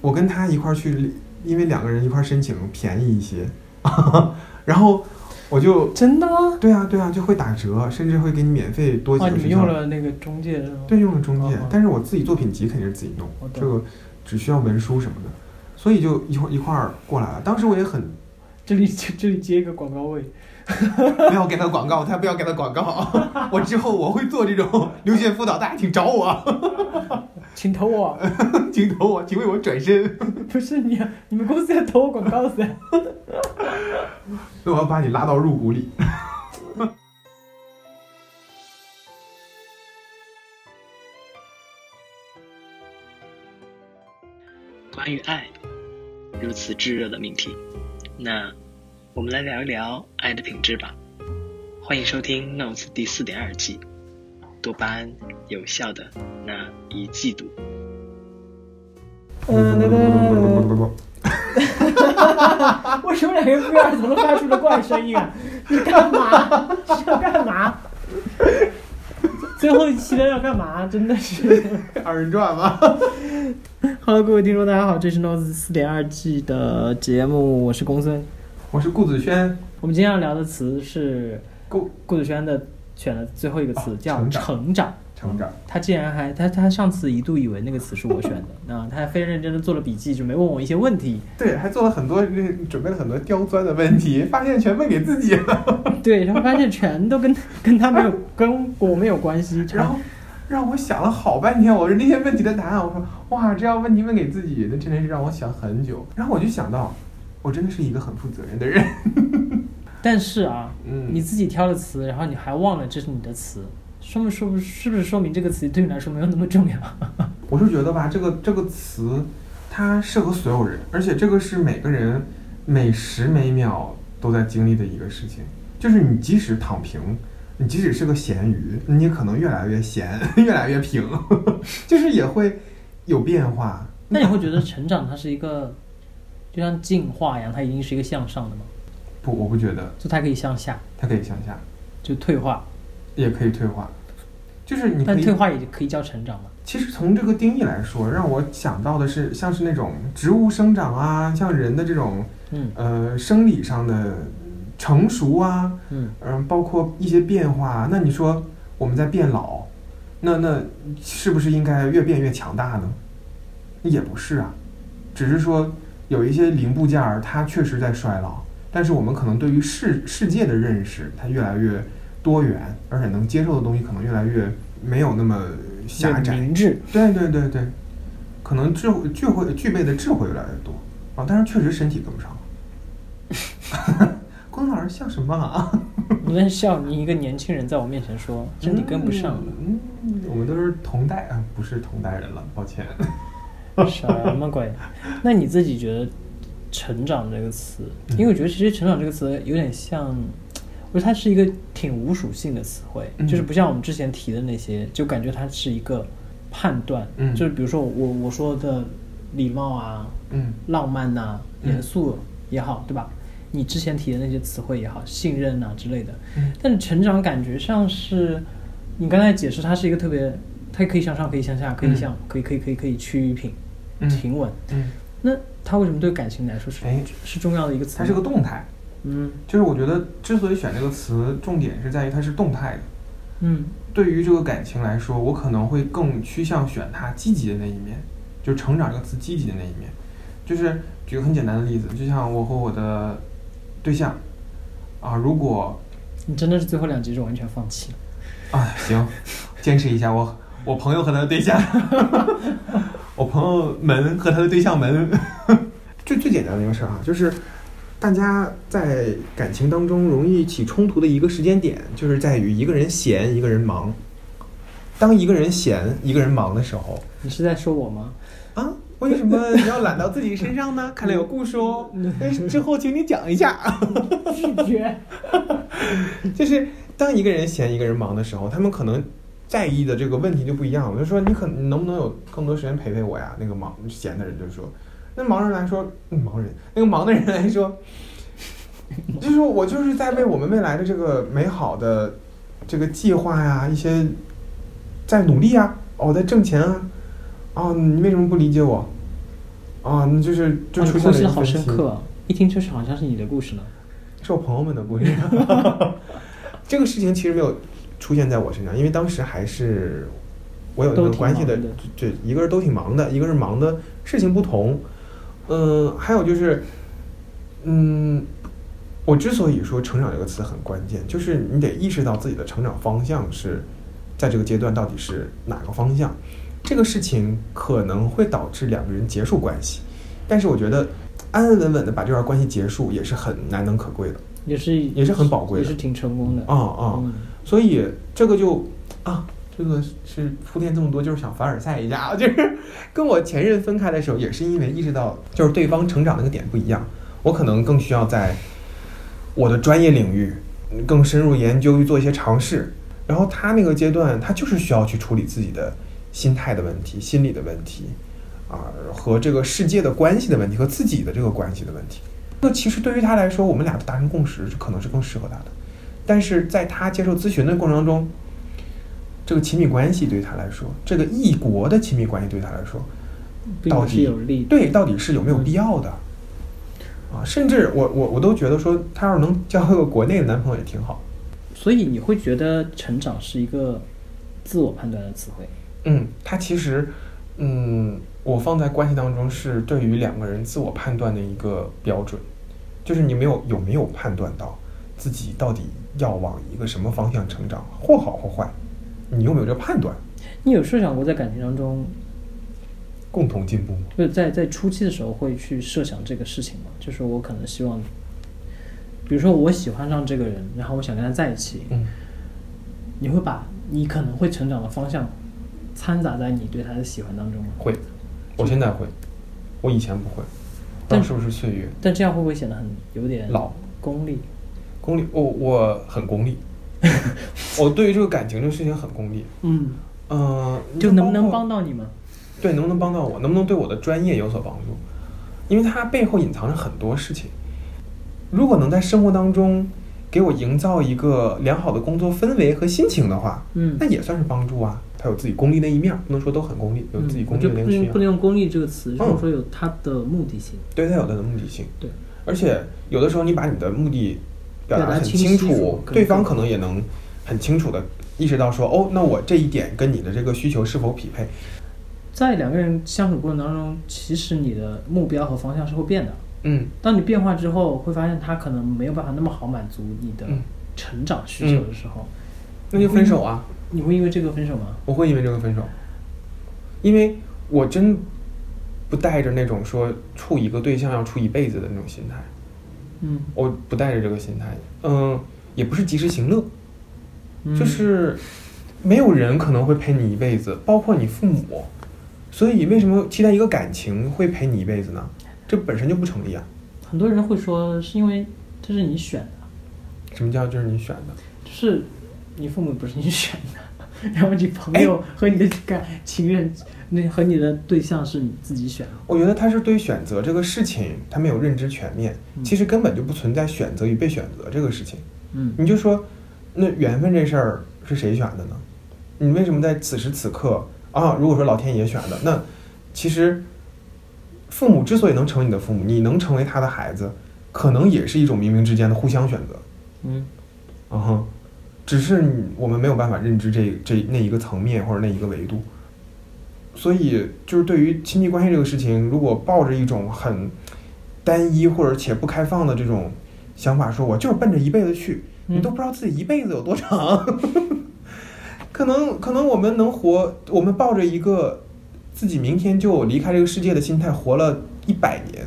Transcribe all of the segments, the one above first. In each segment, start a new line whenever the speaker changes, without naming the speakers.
我跟他一块儿去，因为两个人一块儿申请便宜一些， 然后我就
真的吗？
对啊对啊就会打折，甚至会给你免费多几
啊，
个
你
学
们用
校。
了那个中介是吗？
对，用了中介
哦哦，
但是我自己作品集肯定是自己弄
我，懂
这个只需要文书什么的，所以就一块一块儿过来了。当时我也很
这里这这里接一个广告位，
没有给他广告，我才不要给他广告。 我之后我会做这种留学辅导，大家请找我，
请投 我，
请投我，请为我转身。
不是你，你们公司要投我广告噻？
那我要把你拉到入股里。
关于爱，如此炙热的命题，那我们来聊一聊爱的品质吧。欢迎收听 Notes 第四点二季，多巴胺有效的那一季度。
嗯，噔噔 噔为什么两个人不约而同的发出了怪声音啊？你干嘛？是要干 嘛？最后一期的要干嘛？真的是。
二人转吧。
Hello，各位听众，大家好，这是 Notes 四点二季的节目，我是公孙。
我是顾子轩，
我们今天要聊的词是
顾
顾子轩的选的最后一个词，
啊
叫
成长
成长。
成长。
他竟然还他他上次一度以为那个词是我选的， 那他还非常认真的做了笔记，准备问我一些问题。
对，还做了很多，准备了很多刁钻的问题，发现全问给自己了。
对，然后发现全都跟跟他没有跟我没有关系。
然后让我想了好半天，我是那些问题的答案，我说哇，这要问题问给自己，那真的是让我想很久。然后我就想到，我真的是一个很负责任的人。
但是啊，
嗯
你自己挑了词，然后你还忘了这是你的词，说明说不是不是说明这个词对你来说没有那么重要？
我是觉得吧，这个这个词，它适合所有人，而且这个是每个人每时每秒都在经历的一个事情。就是你即使躺平，你即使是个咸鱼，你也可能越来越咸， 越来越平，就是也会有变化。
那你会觉得成长它是一个就像进化一样，它一定是一个向上的吗？
不，我不觉得
就它可以向下，
它可以向下，
就退化，
也可以退化，就是你可
但
以
退化也可以叫成长嘛？
其实从这个定义来说，让我想到的是像是那种植物生长啊，像人的这种
嗯
呃生理上的成熟啊，
嗯，
嗯，包括一些变化。啊那你说我们在变老，那那是不是应该越变越强大呢？也不是啊，只是说有一些零部件儿它确实在衰老，但是我们可能对于世世界的认识它越来越多元，而且能接受的东西可能越来越没有那么狭
越
窄。
明智。
对对对对，可能智慧聚会具备的智慧越来越多啊，但是确实身体跟不上 了。龚老师笑什么啊？
我在笑你一个年轻人在我面前说身体跟不上了，
嗯。嗯，我们都是同代啊，不是同代人了，抱歉。
什么鬼？那你自己觉得“成长”这个词，因为我觉得其实“成长”这个词有点像，我觉得它是一个挺无属性的词汇，
嗯
就是不像我们之前提的那些，就感觉它是一个判断，
嗯
就是比如说我我说的礼貌啊、
嗯
浪漫呐、
嗯
严肃也好，对吧？你之前提的那些词汇也好，信任呐、之类的，
嗯
但是成长感觉像是你刚才解释，它是一个特别，它可以向上，可以向下，可以
嗯
向，可以可以可以可以趋于平、
嗯
平稳。
嗯，
那它为什么对感情来说是、
哎
是重要的一个词？
它是个，动态，
嗯
就是我觉得之所以选这个词，重点是在于它是动态的。
嗯
对于这个感情来说，我可能会更趋向选它积极的那一面，就成长这个词积极的那一面。就是举个很简单的例子，就像我和我的对象啊，如果
你真的是最后两集就完全放弃了。
啊，行，坚持一下。我我朋友和他的对象， 我朋友们和他的对象们，最最简单的一个事儿啊，就是大家在感情当中容易起冲突的一个时间点，就是在于一个人闲，一个人忙。当一个人闲，一个人忙的时候，
你是在说我吗？
啊，为什么你要揽到自己身上呢？看来有故事 哦，之后请你讲一下。
拒绝。
就是当一个人嫌一个人忙的时候，他们可能在意的这个问题就不一样了。就说你可你能不能有更多时间陪陪我呀？那个忙闲的人就说，那忙人来说，嗯忙人那个忙的人来说，就是说我就是在为我们未来的这个美好的这个计划呀，一些在努力啊，哦我在挣钱啊，哦，你为什么不理解我？啊，那就是 就
哇哦你
出现了
故
一
事
个
好
分
深
歧
刻，啊，一听就是好像是你的故事呢。
是我朋友们的故事。 这个事情其实没有出现在我身上，因为当时还是我有一
都
个
挺
关系的
忙的，
这一个是都挺忙的，一个是忙的事情不同，嗯、还有就是，嗯，我之所以说“成长”这个词很关键，就是你得意识到自己的成长方向是在这个阶段到底是哪个方向。这个事情可能会导致两个人结束关系，但是我觉得安安稳稳的把这段关系结束也是很难能可贵的。
也是
也是很宝贵的
也是挺成功的。
啊啊、
嗯
所以这个就啊，这个是铺垫这么多，就是想凡尔赛一下，啊就是 跟我前任分开的时候，也是因为意识到就是对方成长那个点不一样，我可能更需要在我的专业领域更深入研究，做一些尝试。然后他那个阶段，他就是需要去处理自己的心态的问题、心理的问题，啊，和这个世界的关系的问题，和自己的这个关系的问题。那其实对于他来说，我们俩达成共识，可能是更适合他的。但是在他接受咨询的过程当中，这个亲密关系对他来说，这个异国的亲密关系对他来说，
并
到
不是
底
有利的。
对到底是有没有必要的啊？甚至我我我都觉得说，他要是能交一个国内的男朋友也挺好。
所以你会觉得成长是一个自我判断的词汇。
嗯，他其实，嗯，我放在关系当中是对于两个人自我判断的一个标准，就是你没有有没有判断到自己到底要往一个什么方向成长，或好或坏，你有没有这个判断？
你有设想过在感情当中，
共同进步吗？
就是在在初期的时候会去设想这个事情吗？就是我可能希望，比如说我喜欢上这个人，然后我想跟他在一起，
嗯
你会把你可能会成长的方向掺杂在你对他的喜欢当中吗？
会，我现在会，我以前不会，不知
但
道是不是岁月
但这样会不会显得很有点
老
功利？
功利？我我很功利， 我对于这个感情这个事情很功利。
嗯，
嗯、
就能不能
包括
帮到你吗？
对，能不能帮到我？能不能对我的专业有所帮助？因为它背后隐藏着很多事情。如果能在生活当中给我营造一个良好的工作氛围和心情的话，
嗯
那也算是帮助啊。它有自己功利的一面儿，不能说都很功利，有自己功利的那
嗯
个
我
需
觉得不能
要
不。能用功利这个词，就
嗯
是说有它的目的性。
对它有它的目的性。
对，
而且有的时候你把你的目的表达
表达
得很
清
清
晰
楚，
可能
对
更
方
好
可能也能很清楚的意识到说，哦，那我这一点跟你的这个需求是否匹配？
在两个人相处过程当中，其实你的目标和方向是会变的。
嗯，
当你变化之后，会发现他可能没有办法那么好满足你的
嗯
成长需求的时候，
那就分手啊。
你会因为这个分手吗？
我会因为这个分手，因为我真不带着那种说处一个对象要处一辈子的那种心态，
嗯，
我不带着这个心态，嗯，也不是及时行乐，
嗯
就是没有人可能会陪你一辈子，包括你父母，所以为什么期待一个感情会陪你一辈子呢？这本身就不成立啊！
很多人会说是因为这是你选的，
什么叫这是你选的？
就是你父母不是你选的， 然后你朋友和你的感情人，那和你的对象是你自己选的。
我觉得他是对选择这个事情他没有认知全面，其实根本就不存在选择与被选择这个事情。
嗯，
你就说，那缘分这事儿是谁选的呢？你为什么在此时此刻啊？如果说老天爷选的，那其实父母之所以能成为你的父母，你能成为他的孩子，可能也是一种冥冥之间的互相选择。
嗯，
嗯哼，只是你我们没有办法认知这这那一个层面或者那一个维度，所以就是对于亲密关系这个事情，如果抱着一种很单一或者且不开放的这种想法，说我就是奔着一辈子去，你都不知道自己一辈子有多长， 可能可能我们能活，我们抱着一个自己明天就离开这个世界的心态活了一百年，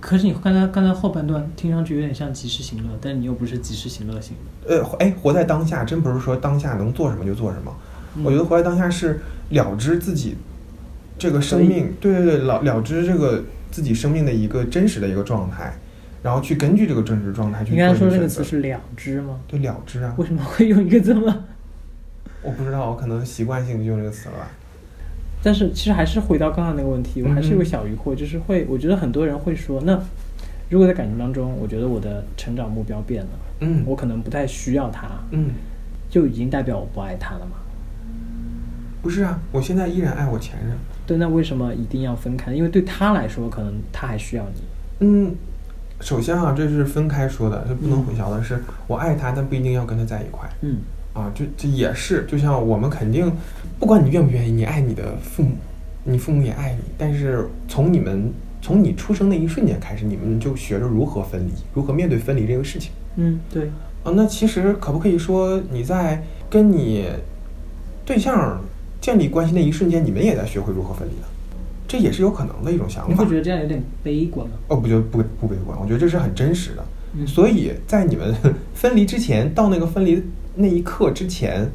可是你刚才刚才后半段听上去有点像及时行乐，但你又不是及时行乐型的。
呃，哎，活在当下，真不是说当下能做什么就做什么。
嗯
我觉得活在当下是了知自己这个生命，对对对，了了知这个自己生命的一个真实的一个状态，然后去根据这个真实状态去
你
做一
刚
个
才说
选择。
这个词是两只吗？
对了知啊，
为什么会用一个这么？
我不知道，我可能习惯性就用这个词了吧。
但是其实还是回到刚刚那个问题，我还是有
嗯
个
哼
小疑惑，就是会，我觉得很多人会说，那如果在感情当中，我觉得我的成长目标变了，
嗯，
我可能不太需要他，
嗯，
就已经代表我不爱他了嘛？
不是啊，我现在依然爱我前任，
对，那为什么一定要分开？因为对他来说，可能他还需要你。
嗯，首先啊，这是分开说的，这不能混淆的是，我爱他，但不一定要跟他在一块
嗯
啊。这这也是，就像我们肯定，不管你愿不愿意，你爱你的父母，你父母也爱你，但是从你们从你出生那一瞬间开始，你们就学着如何分离，如何面对分离这个事情。
嗯，对，
啊，那其实可不可以说你在跟你对象建立关系那一瞬间，你们也在学会如何分离呢？这也是有可能的一种想
你
法
会觉。得这样有点悲观吗？
哦，不就不不悲观，我觉得这是很真实的。
嗯
所以在你们 分离之前，到那个分离那一刻之前，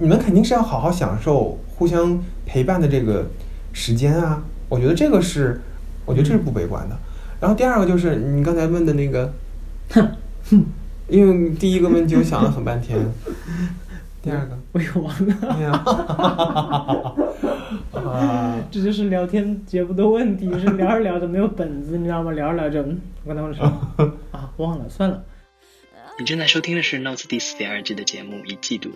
你们肯定是要好好享受互相陪伴的这个时间啊。我觉得这个是，我觉得这是不悲观的。然后第二个就是你刚才问的那个，因为第一个问题我想了很半天，第二个，
我有完了，
哎呀， 啊，
这就是聊天节目的问题，是聊着聊着没有本子，你知道吗？聊着聊着，嗯，我刚才说啊，忘了，算了。
你正在收听的是《Notes》第四点二季的节目《一季度》。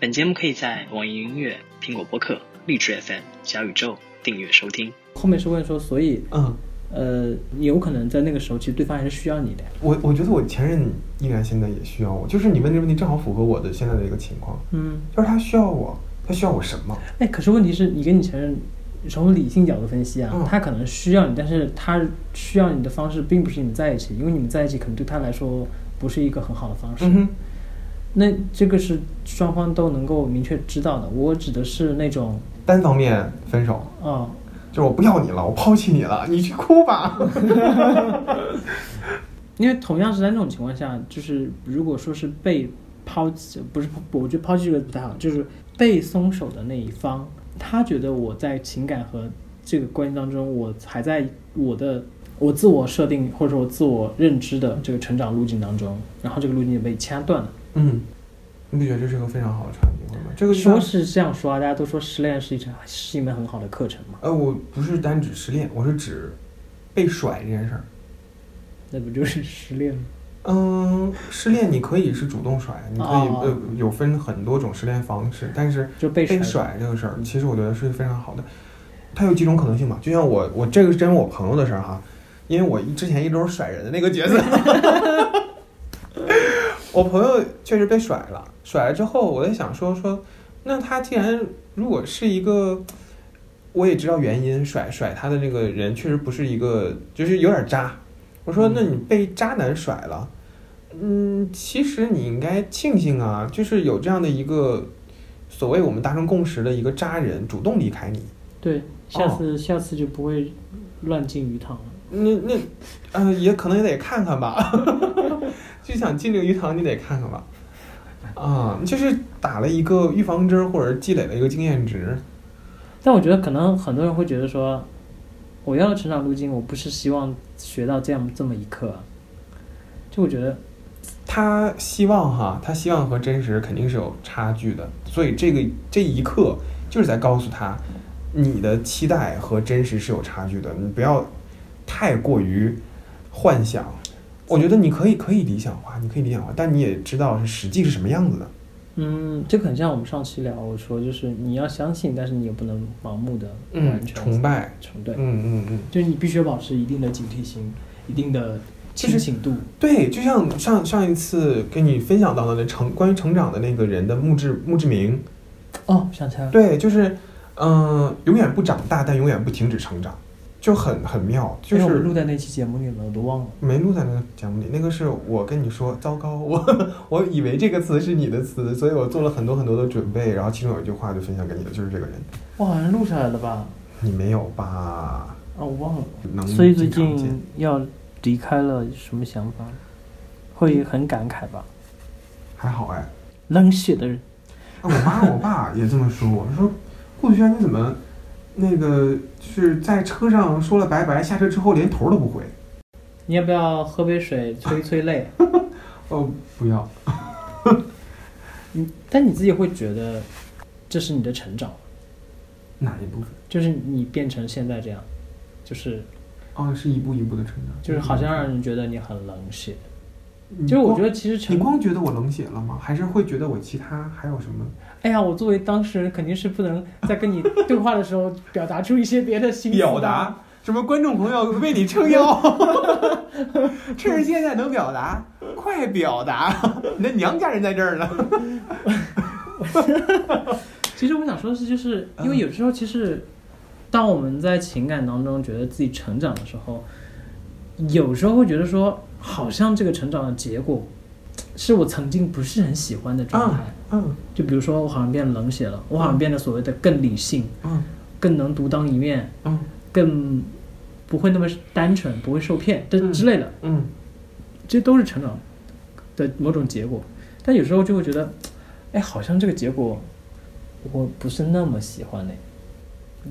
本节目可以在网易音乐、苹果播客、荔枝 FM、小宇宙订阅收听。
后面是问说，所以
嗯，
呃，有可能在那个时候，其实对方还是需要你的。
我我觉得我前任依然现在也需要我，就是你问这个问题正好符合我的现在的一个情况，
嗯，
就是他需要我，他需要我什么？
哎，可是问题是你跟你前任从理性角度分析啊，
嗯
他可能需要你，但是他需要你的方式并不是你们在一起，因为你们在一起可能对他来说不是一个很好的方式。
嗯哼。
那这个是双方都能够明确知道的。我指的是那种，
单方面分手，
哦，
就是我不要你了，我抛弃你了，你去哭 吧。
因为同样是在那种情况下，就是如果说是被抛弃，不是，我觉得抛弃这个不太好，就是被松手的那一方，他觉得我在情感和这个关系当中，我还在我的我自我设定或者说我自我认知的这个成长路径当中，然后这个路径也被掐断了。
嗯，你不觉得这是个非常好的场景吗？这个就像
说是这样说啊，大家都说失恋是一场是一门很好的课程嘛，
呃，我不是单指失恋，我是指被甩这件事儿。
那不就是失恋吗？
嗯，失恋你可以是主动甩，你可以、
哦
呃有分很多种失恋方式，但是
就被甩
被甩这个事儿，其实我觉得是非常好的。它有几种可能性嘛？就像我我这个是真我朋友的事儿哈，因为我一之前一直都是甩人的那个角色。 我朋友确实被甩了，甩了之后，我在想说说，那他既然如果是一个，我也知道原因，甩甩他的那个人确实不是一个，就是有点渣。我说，
嗯
那你被渣男甩了，嗯，其实你应该庆幸啊，就是有这样的一个所谓我们达成共识的一个渣人主动离开你，哦
对，下次、下次就不会乱进鱼塘了。
那那，呃，也可能也得看看吧， 就想进这个鱼塘，你得看看吧。啊，就是打了一个预防针儿，或者积累了一个经验值。
但我觉得可能很多人会觉得说，我要的成长路径，我不是希望学到这样这么一课啊，就我觉得，
他希望哈，他希望和真实肯定是有差距的，所以这个这一刻就是在告诉他，你的期待和真实是有差距的，你不要太过于幻想。我觉得你可以可以理想化，你可以理想化，但你也知道是实际是什么样子的。
嗯，这个很像我们上期聊我说，就是你要相信，但是你也不能盲目的完
嗯
全
崇拜，
嗯崇对，
嗯嗯嗯，
就是你必须要保持一定的警惕心，一定的
其实
清醒度。
对，就像上上一次跟你分享到的那成关于成长的那个人的墓志墓志铭，
哦，想起来了，
对，就是，嗯、永远不长大，但永远不停止成长，就很很妙，就
哎因为我
是
们录在那期节目里了，我都忘了。
没录在那个节目里，那个是我跟你说，糟糕，我 我以为这个词是你的词，所以我做了很多很多的准备，然后其中有一句话就分享给你的，就是这个人，
我好像录下来了吧？
你没有吧？
啊，我忘了。
能
所以最
经常见
近要离开了，什么想法？会很感慨吧？
还好哎，
冷血的人，
啊，我妈我爸也这么说我，说顾轩你怎么那个就是在车上说了拜拜，下车之后连头都不回？
你要不要喝杯水催一催泪？
哦，不要，
嗯， 但你自己会觉得这是你的成长，
哪一部分？
就是你变成现在这样，就是
哦，是一步一步的成长，
嗯
嗯
就是好像让人觉得你很冷血。
你
就是我
光
觉得其实成
你光觉得我冷血了吗？还是会觉得我其他还有什么？
哎呀，我作为当事人，肯定是不能在跟你对话的时候表达出一些别的心思的。
表达什么？观众朋友为你撑 腰，趁着现在能表达，快表达！你的娘家人在这儿呢。
其实我想说的是，就是
嗯
因为有时候其实，当我们在情感当中觉得自己成长的时候，有时候会觉得说，好像这个成长的结果是我曾经不是很喜欢的状态。
嗯
就比如说，我好像变冷血了，我好像变得所谓的更理性，
嗯
更能独当一面，
嗯
更不会那么单纯，不会受骗，这
嗯
之类的。
嗯
这都是成长的某种结果。但有时候就会觉得，哎，好像这个结果我不是那么喜欢呢，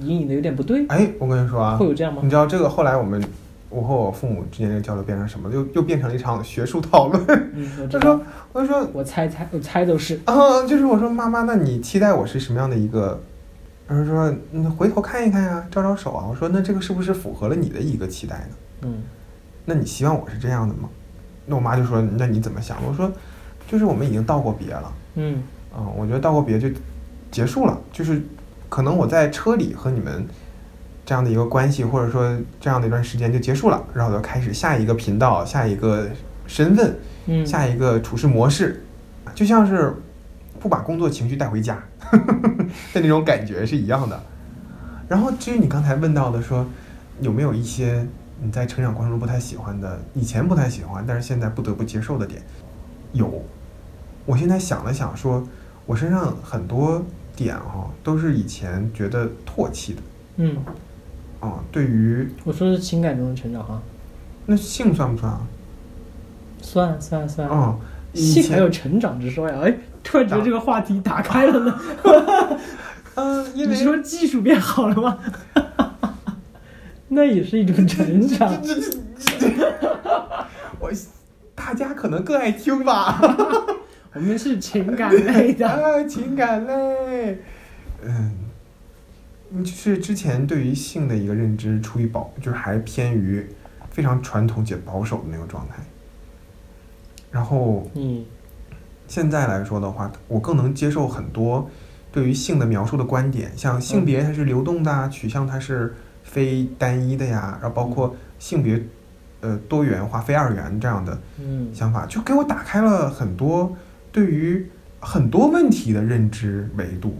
隐隐的有点不对，
哎，我跟你说啊
会，有这样
你
吗？
知道这个后来我们我和我父母之间的交流变成什么了？又又变成了一场学术讨论。
嗯，我
他
知道
说，，我就说，
我猜猜，我猜都是，
啊，就是我说妈妈，那你期待我是什么样的一个？然后说，嗯，回头看一看呀、招招手啊。我说，那这个是不是符合了你的一个期待呢？
嗯
那你希望我是这样的吗？那我妈就说，那你怎么想？我说，就是我们已经道过别了，
嗯
嗯，我觉得道过别就结束了，就是可能我在车里和你们这样的一个关系，或者说这样的一段时间就结束了，然后我就开始下一个频道、下一个身份、
嗯，
下一个处事模式，就像是不把工作情绪带回家 的那种感觉是一样的。然后至于你刚才问到的说，有没有一些你在成长过程中不太喜欢的，以前不太喜欢，但是现在不得不接受的点，有。我现在想了想说，我身上很多点哈、都是以前觉得唾弃的
嗯，
啊、对于
我说的是情感中的成长哈，
那性算不算啊？
算算算，
啊、以
性还有
前
成长之说呀，哎，突然觉得这个话题打开了呢，
嗯、因
你
为
是说技术变好了吗？ 那也是一种成长，
这这这这， 我大家可能更爱听吧，
我们是情感类的。
啊，情感类，嗯，就是之前对于性的一个认知，出于保，就是还偏于非常传统且保守的那个状态。然后
你
现在来说的话，我更能接受很多对于性的描述的观点，像性别它是流动的啊，取向它是非单一的呀，然后包括性别呃多元化、非二元这样的
嗯
想法，就给我打开了很多对于很多问题的认知维度。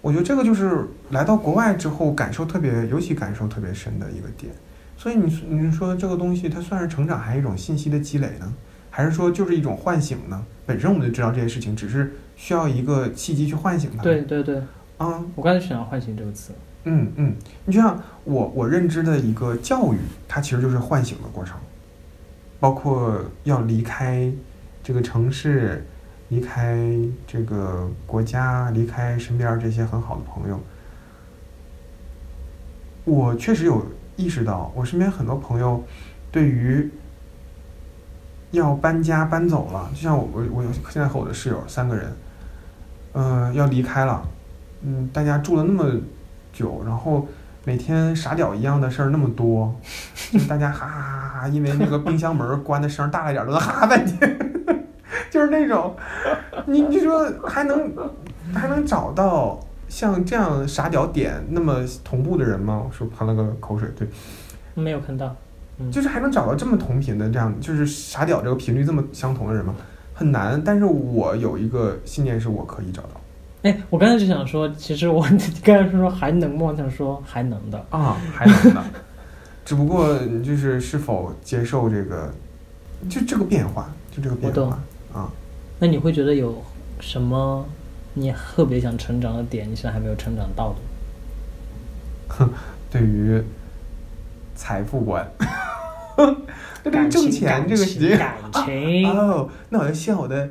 我觉得这个就是来到国外之后感受特别，尤其感受特别深的一个点。所以你说你说这个东西它算是成长，还是一种信息的积累呢？还是说就是一种唤醒呢？本身我们就知道这些事情，只是需要一个契机去唤醒它。
对，对对，
嗯，
我刚才想要唤醒这个词，
嗯嗯，你就像我我认知的一个教育，它其实就是唤醒的过程，包括要离开这个城市，离开这个国家，离开身边这些很好的朋友。我确实有意识到，我身边很多朋友对于要搬家搬走了，就像我我我有现在和我的室友三个人，嗯、要离开了，嗯，大家住了那么久，然后每天傻屌一样的事儿那么多，就是大家哈哈哈哈，因为那个冰箱门关的声儿大了一点儿，都能哈哈半天， 就是那种，你你说还能还能找到像这样傻屌点那么同步的人吗？我说喷了个口水，对，
没有看到。
就是还能找到这么同频的这样，就是傻屌这个频率这么相同的人吗？很难，但是我有一个信念是我可以找到
哎，我刚才就想说，其实我 刚才说说还能吗？我想说还能的。
啊，还能的，只不过就是是否接受这个，就这个变化，就这个变化啊，
那你会觉得有什么你特别想成长的点，你现在还没有成长到的？
对于财富 观，对这个
感情
挣钱
感
这个
情
事情
感情
哦，那我要希望我的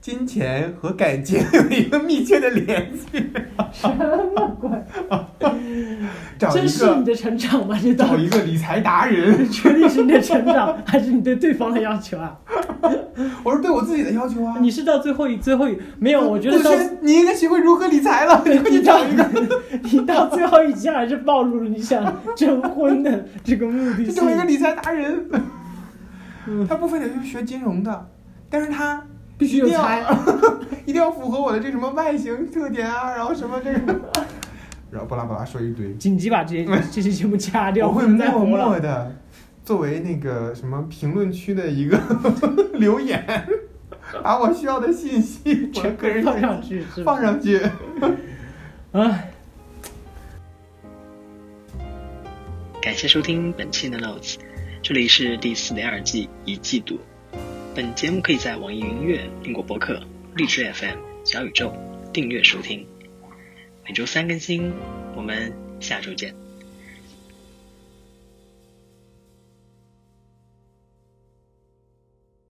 金钱和感情有一个密切的联系，什么鬼？ 找
这
一
是你
个
的成长吗？这到
找
底
一个理财达人，
确定是你的成长， 还是你对对方的要求啊？
我是对我自己的要求啊。
你是到最后一最后一没有？我觉得
杜
到
鹃你应该学会如何理财了，你快去
你
找
到
一个。
你到最后一家还是暴露了你想征婚的这个目 的
成为一个
性。
理财达人。他不非得去学金融的，但是他
嗯必须有
一定要
才，
一定要符合我的这什么外形特点啊，然后什么这个， 然后巴拉巴拉说一堆。
紧急把这些这期节目掐掉，
我会
不能再
默
播了。
默的作为那个什么评论区的一个 留言，把我需要的信息，我的
全
个人
放
信
上
息
去是吧？
放上去。
啊，
感谢收听本期的 Notes，这里是第四点二季一季度。本节目可以在网易云音乐、苹果播客、荔枝 FM、小宇宙订阅收听，每周三更新。我们下周见。